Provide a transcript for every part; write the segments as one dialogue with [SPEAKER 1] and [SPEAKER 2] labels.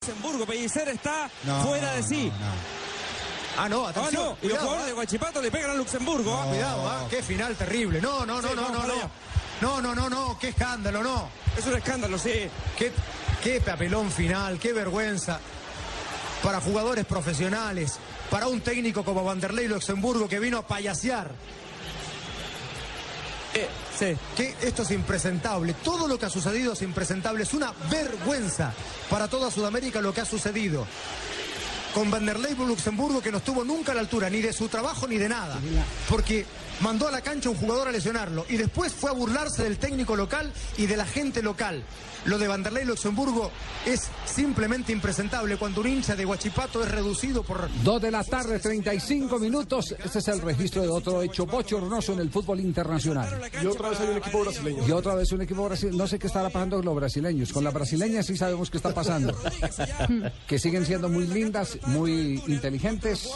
[SPEAKER 1] Luxemburgo, Pellicer está
[SPEAKER 2] No,
[SPEAKER 1] fuera de
[SPEAKER 2] no,
[SPEAKER 1] sí.
[SPEAKER 2] no, eh. no.
[SPEAKER 3] Ah, no,
[SPEAKER 1] Ah,
[SPEAKER 3] atención.
[SPEAKER 1] no, y los
[SPEAKER 3] cuidado,
[SPEAKER 1] jugadores de
[SPEAKER 3] ah,
[SPEAKER 1] Guachipato le pegan a Luxemburgo.
[SPEAKER 2] No.
[SPEAKER 3] cuidado, ah, qué final terrible. No, no, no,
[SPEAKER 1] Sí,
[SPEAKER 3] no,
[SPEAKER 1] vamos
[SPEAKER 3] no,
[SPEAKER 1] para
[SPEAKER 3] no.
[SPEAKER 1] allá.
[SPEAKER 3] No, no, no, no, qué escándalo, no.
[SPEAKER 1] Es un escándalo, sí. Eh,
[SPEAKER 3] Qué, qué papelón final, qué vergüenza. Para jugadores profesionales, para un técnico como Vanderlei Luxemburgo que vino a payasear.
[SPEAKER 1] Eh, sí.
[SPEAKER 3] Que esto es impresentable. Todo lo que ha sucedido es impresentable. Es una vergüenza para toda Sudamérica lo que ha sucedido. Con Vanderlei Luxemburgo que no estuvo nunca a la altura, ni de su trabajo ni de nada. Porque mandó a la cancha a un jugador a lesionarlo. Y después fue a burlarse del técnico local y de la gente local. Lo de Vanderlei Luxemburgo es simplemente impresentable cuando un hincha de Guachipato es reducido por.
[SPEAKER 4] 2 de la tarde, 35 minutos. Este es el registro de otro hecho bochornoso en el fútbol internacional.
[SPEAKER 1] Y otra vez hay un equipo brasileño.
[SPEAKER 4] Y otra vez un equipo brasileño. No sé qué estará pasando con los brasileños. Con las brasileñas sí sabemos qué está pasando. Que siguen siendo muy lindas, muy inteligentes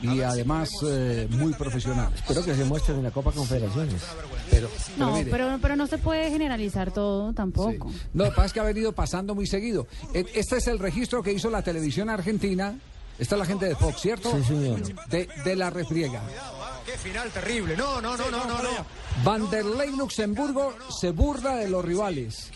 [SPEAKER 4] y además eh, muy profesionales.
[SPEAKER 5] Espero que se muestre en la Copa Confederaciones.
[SPEAKER 4] Pero, pero
[SPEAKER 6] No,
[SPEAKER 4] mire,
[SPEAKER 6] pero, pero no se puede generalizar todo
[SPEAKER 4] sí.
[SPEAKER 6] tampoco.
[SPEAKER 4] No, lo que pasa es que ha venido pasando muy seguido. E- Este es el registro que hizo la televisión argentina. Esta es la gente de Fox, ¿cierto?
[SPEAKER 5] Sí, señor.
[SPEAKER 4] De, de la refriega.
[SPEAKER 3] Cuidado, ah, qué final terrible. No, no, no, no, no. no.
[SPEAKER 4] Vanderlei Luxemburgo se burla de los rivales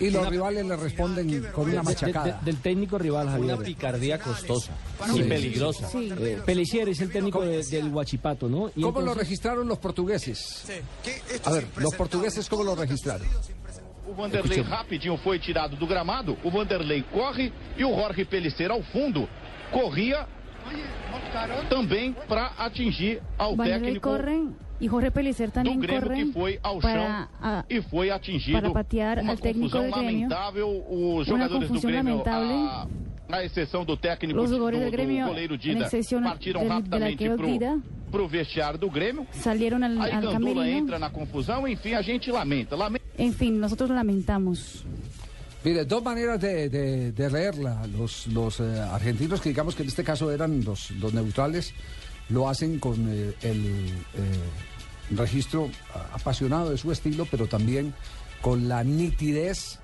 [SPEAKER 4] y los rivales le responden con una
[SPEAKER 5] De-
[SPEAKER 4] machacada.
[SPEAKER 5] de- del técnico rival,
[SPEAKER 7] Una
[SPEAKER 5] Javier.
[SPEAKER 7] picardía costosa
[SPEAKER 5] Sí.
[SPEAKER 7] y peligrosa.
[SPEAKER 6] Sí.
[SPEAKER 5] Eh, Pellicer es el técnico de- del Huachipato, ¿no? Y
[SPEAKER 4] ¿Cómo lo
[SPEAKER 5] entonces-
[SPEAKER 4] registraron los portugueses? A ver, los portugueses cómo lo registraron.
[SPEAKER 8] O Vanderlei rapidinho foi tirado do gramado. O Vanderlei corre e o Jorge Pellicer ao fundo. Corria também para atingir ao
[SPEAKER 6] Vanderlei
[SPEAKER 8] técnico
[SPEAKER 6] corre y Jorge Pelicer
[SPEAKER 8] do
[SPEAKER 6] también
[SPEAKER 8] Grêmio
[SPEAKER 6] corre
[SPEAKER 8] que foi ao chão
[SPEAKER 6] para, ah,
[SPEAKER 8] e foi
[SPEAKER 6] para
[SPEAKER 8] atingido.
[SPEAKER 6] patear
[SPEAKER 8] Uma
[SPEAKER 6] al técnico
[SPEAKER 8] confusão
[SPEAKER 6] del Grêmio.
[SPEAKER 8] lamentável. Os
[SPEAKER 6] Uma
[SPEAKER 8] jogadores do
[SPEAKER 6] confusão
[SPEAKER 8] Grêmio,
[SPEAKER 6] lamentável.
[SPEAKER 8] a, a exceção do técnico
[SPEAKER 6] Os
[SPEAKER 8] do,
[SPEAKER 6] jogadores do
[SPEAKER 8] do
[SPEAKER 6] Grêmio,
[SPEAKER 8] goleiro
[SPEAKER 6] a
[SPEAKER 8] Dida,
[SPEAKER 6] exceção
[SPEAKER 8] partiram
[SPEAKER 6] del- del
[SPEAKER 8] rapidamente
[SPEAKER 6] arquero é Dida.
[SPEAKER 8] para o vestiário do Grêmio.
[SPEAKER 6] Salieron al,
[SPEAKER 8] Aí
[SPEAKER 6] al
[SPEAKER 8] Gandula
[SPEAKER 6] camerino.
[SPEAKER 8] entra na confusão. Enfim, a gente lamenta. Lamenta.
[SPEAKER 6] En fin, nosotros lamentamos.
[SPEAKER 4] Mire, dos maneras de, de- de leerla. Los, los eh, argentinos, que digamos que en este caso eran los, los neutrales, lo hacen con eh, el eh, registro a- apasionado de su estilo, pero también con la nitidez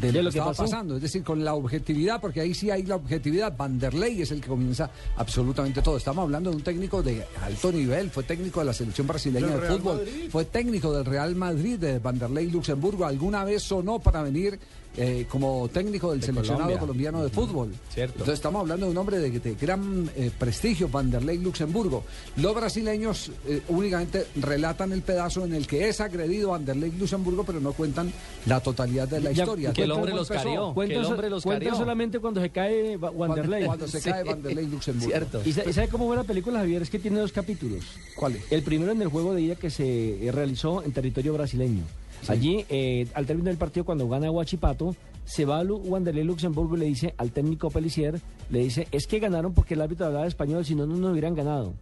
[SPEAKER 4] de lo,
[SPEAKER 5] De
[SPEAKER 4] que,
[SPEAKER 5] lo que
[SPEAKER 4] estaba
[SPEAKER 5] pasó.
[SPEAKER 4] pasando. Es decir, con la objetividad, porque ahí sí hay la objetividad. Vanderlei es el que comienza absolutamente todo. Estamos hablando de un técnico de alto nivel, fue técnico de la selección brasileña de fútbol, fue técnico del Real Madrid, de Vanderlei Luxemburgo. Alguna vez sonó para venir eh, como técnico del
[SPEAKER 7] De
[SPEAKER 4] seleccionado
[SPEAKER 7] Colombia.
[SPEAKER 4] colombiano de fútbol.
[SPEAKER 7] Cierto.
[SPEAKER 4] Entonces estamos hablando de un hombre de, de gran eh, prestigio, Vanderlei Luxemburgo. Los brasileños eh, únicamente relatan el pedazo en el que es agredido Vanderlei Luxemburgo, pero no cuentan la totalidad de la
[SPEAKER 5] Ya-
[SPEAKER 4] historia.
[SPEAKER 5] que el
[SPEAKER 4] Cuentan
[SPEAKER 7] hombre
[SPEAKER 4] cómo
[SPEAKER 7] los
[SPEAKER 4] empezó.
[SPEAKER 7] carió. Que
[SPEAKER 5] Cuentan
[SPEAKER 7] el
[SPEAKER 5] so-
[SPEAKER 7] hombre los
[SPEAKER 5] cuentan
[SPEAKER 7] carió.
[SPEAKER 5] solamente cuando se cae Wa-
[SPEAKER 4] Cuando-
[SPEAKER 5] Wanderlei.
[SPEAKER 4] Cuando se
[SPEAKER 7] Sí.
[SPEAKER 4] cae Vanderlei Luxemburgo.
[SPEAKER 7] Cierto.
[SPEAKER 5] ¿Y, sa- y sabe cómo fue la película, Javier? Es que tiene dos capítulos.
[SPEAKER 4] ¿Cuál es?
[SPEAKER 5] El primero en el juego de ida que se eh, realizó en territorio brasileño. Allí, eh, al término del partido, cuando gana Huachipato, se va a Lu- Wanderlei Luxemburgo y le dice al técnico Pelicier, le dice, es que ganaron porque el árbitro hablaba español, si no, no nos hubieran ganado.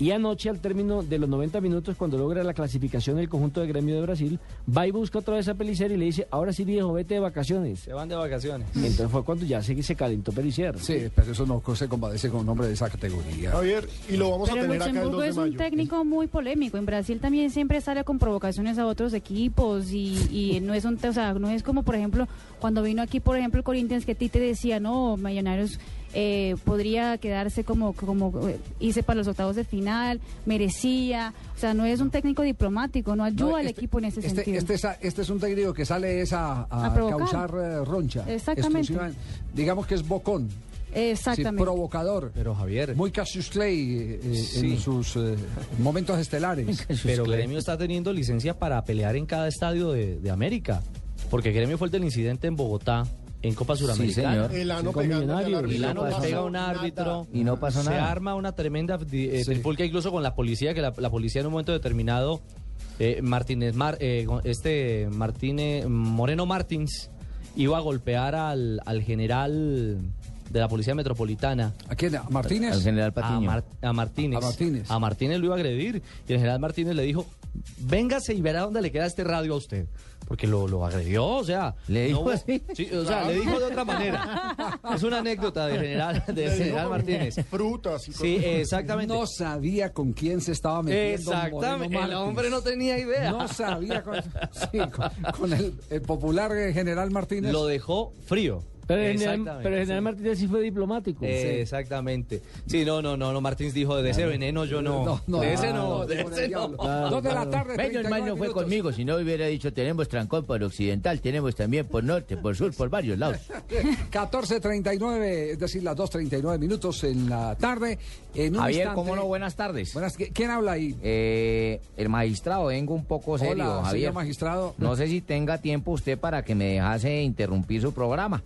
[SPEAKER 5] Y anoche, al término de los 90 minutos, cuando logra la clasificación del conjunto de gremio de Brasil, va y busca otra vez a Pelicier y le dice, ahora sí viejo, vete de vacaciones.
[SPEAKER 7] Se van de vacaciones.
[SPEAKER 5] Entonces fue cuando ya se, se calentó Pelicier.
[SPEAKER 4] Sí, pero eso no se compadece con un hombre de esa categoría.
[SPEAKER 9] Javier, y lo vamos a
[SPEAKER 6] Pero
[SPEAKER 9] tener acá el
[SPEAKER 6] Luxemburgo
[SPEAKER 9] 2 de
[SPEAKER 6] es un
[SPEAKER 9] mayo.
[SPEAKER 6] técnico muy polémico. En Brasil también siempre sale con provocaciones a otros equipos y, y no es un, o sea, no es como por ejemplo cuando vino aquí por ejemplo el Corinthians que Tite decía no Millonarios eh, podría quedarse como como eh, hice para los octavos de final merecía, o sea no es un técnico diplomático, no ayuda
[SPEAKER 4] No,
[SPEAKER 6] al
[SPEAKER 4] este-
[SPEAKER 6] equipo en ese
[SPEAKER 4] este,
[SPEAKER 6] sentido.
[SPEAKER 4] Este es, a- este es un técnico que sale es a, a
[SPEAKER 6] A provocar.
[SPEAKER 4] causar eh, roncha.
[SPEAKER 6] Exactamente.
[SPEAKER 4] exclusivamente. Digamos que es bocón. sí,
[SPEAKER 6] Exactamente.
[SPEAKER 4] provocador.
[SPEAKER 7] Pero Javier,
[SPEAKER 4] Muy Cassius Clay eh, eh,
[SPEAKER 7] Sí.
[SPEAKER 4] en sus eh, momentos estelares.
[SPEAKER 7] pero Gremio está teniendo licencia para pelear en cada estadio de, de América. Porque Gremio fue el del incidente en Bogotá, en Copa Suramericana.
[SPEAKER 5] señor.
[SPEAKER 9] El ano
[SPEAKER 5] Cinco
[SPEAKER 9] pegándole al
[SPEAKER 5] millonarios.
[SPEAKER 9] árbitro.
[SPEAKER 7] Y la
[SPEAKER 5] No
[SPEAKER 7] le
[SPEAKER 5] pasó
[SPEAKER 7] pega a un árbitro
[SPEAKER 5] Y no pasó
[SPEAKER 7] se
[SPEAKER 5] nada.
[SPEAKER 7] arma una tremenda di- eh,
[SPEAKER 4] Sí.
[SPEAKER 7] trifulca incluso con la policía, que la, la policía en un momento determinado, eh, Martínez Mar- eh, con- este Martínez Moreno Martins iba a golpear al, al general de la policía metropolitana.
[SPEAKER 4] ¿A quién? ¿A Martínez?
[SPEAKER 7] Pues, A, Mar- a Martínez.
[SPEAKER 4] A Martínez.
[SPEAKER 7] A Martínez lo iba a agredir. Y el general Martínez le dijo, véngase y verá dónde le queda este radio a usted. Porque lo, lo agredió, o sea.
[SPEAKER 5] ¿Le dijo
[SPEAKER 7] hubo-
[SPEAKER 5] así?
[SPEAKER 7] Sí, o sea, le dijo de otra manera. Es una anécdota del general, del
[SPEAKER 9] Le digo
[SPEAKER 7] general
[SPEAKER 9] como
[SPEAKER 7] Martínez.
[SPEAKER 9] Frutas y
[SPEAKER 7] Sí,
[SPEAKER 9] cosas.
[SPEAKER 7] exactamente.
[SPEAKER 4] No sabía con quién se estaba metiendo.
[SPEAKER 7] exactamente.
[SPEAKER 4] Moreno
[SPEAKER 7] El
[SPEAKER 4] Martins.
[SPEAKER 7] hombre no tenía idea.
[SPEAKER 4] No sabía con, sí, con- con el, el popular eh, general Martínez.
[SPEAKER 7] Lo dejó frío.
[SPEAKER 5] Pero el general,
[SPEAKER 7] Exactamente,
[SPEAKER 5] pero el general
[SPEAKER 7] sí.
[SPEAKER 5] Martínez sí fue diplomático.
[SPEAKER 7] Eh,
[SPEAKER 5] Sí.
[SPEAKER 7] Exactamente. Sí, no, no, no, no, Martins dijo, de ese veneno yo no. de ese no, de ese no.
[SPEAKER 4] Dos de la tarde.
[SPEAKER 2] Menos mal
[SPEAKER 4] 39
[SPEAKER 2] no fue
[SPEAKER 4] minutos.
[SPEAKER 2] conmigo, si no hubiera dicho tenemos trancón por occidental, tenemos también por norte, por sur, por varios lados.
[SPEAKER 4] 14.39, es decir, las 2.39 minutos en la tarde. En un
[SPEAKER 9] Javier,
[SPEAKER 4] instante-
[SPEAKER 9] ¿cómo no? Buenas tardes.
[SPEAKER 4] Buenas, ¿qui- ¿quién habla ahí?
[SPEAKER 9] Eh, el magistrado, vengo un poco serio,
[SPEAKER 4] Hola, señor
[SPEAKER 9] Javier.
[SPEAKER 4] magistrado.
[SPEAKER 9] No sé si tenga tiempo usted para que me dejase interrumpir su programa.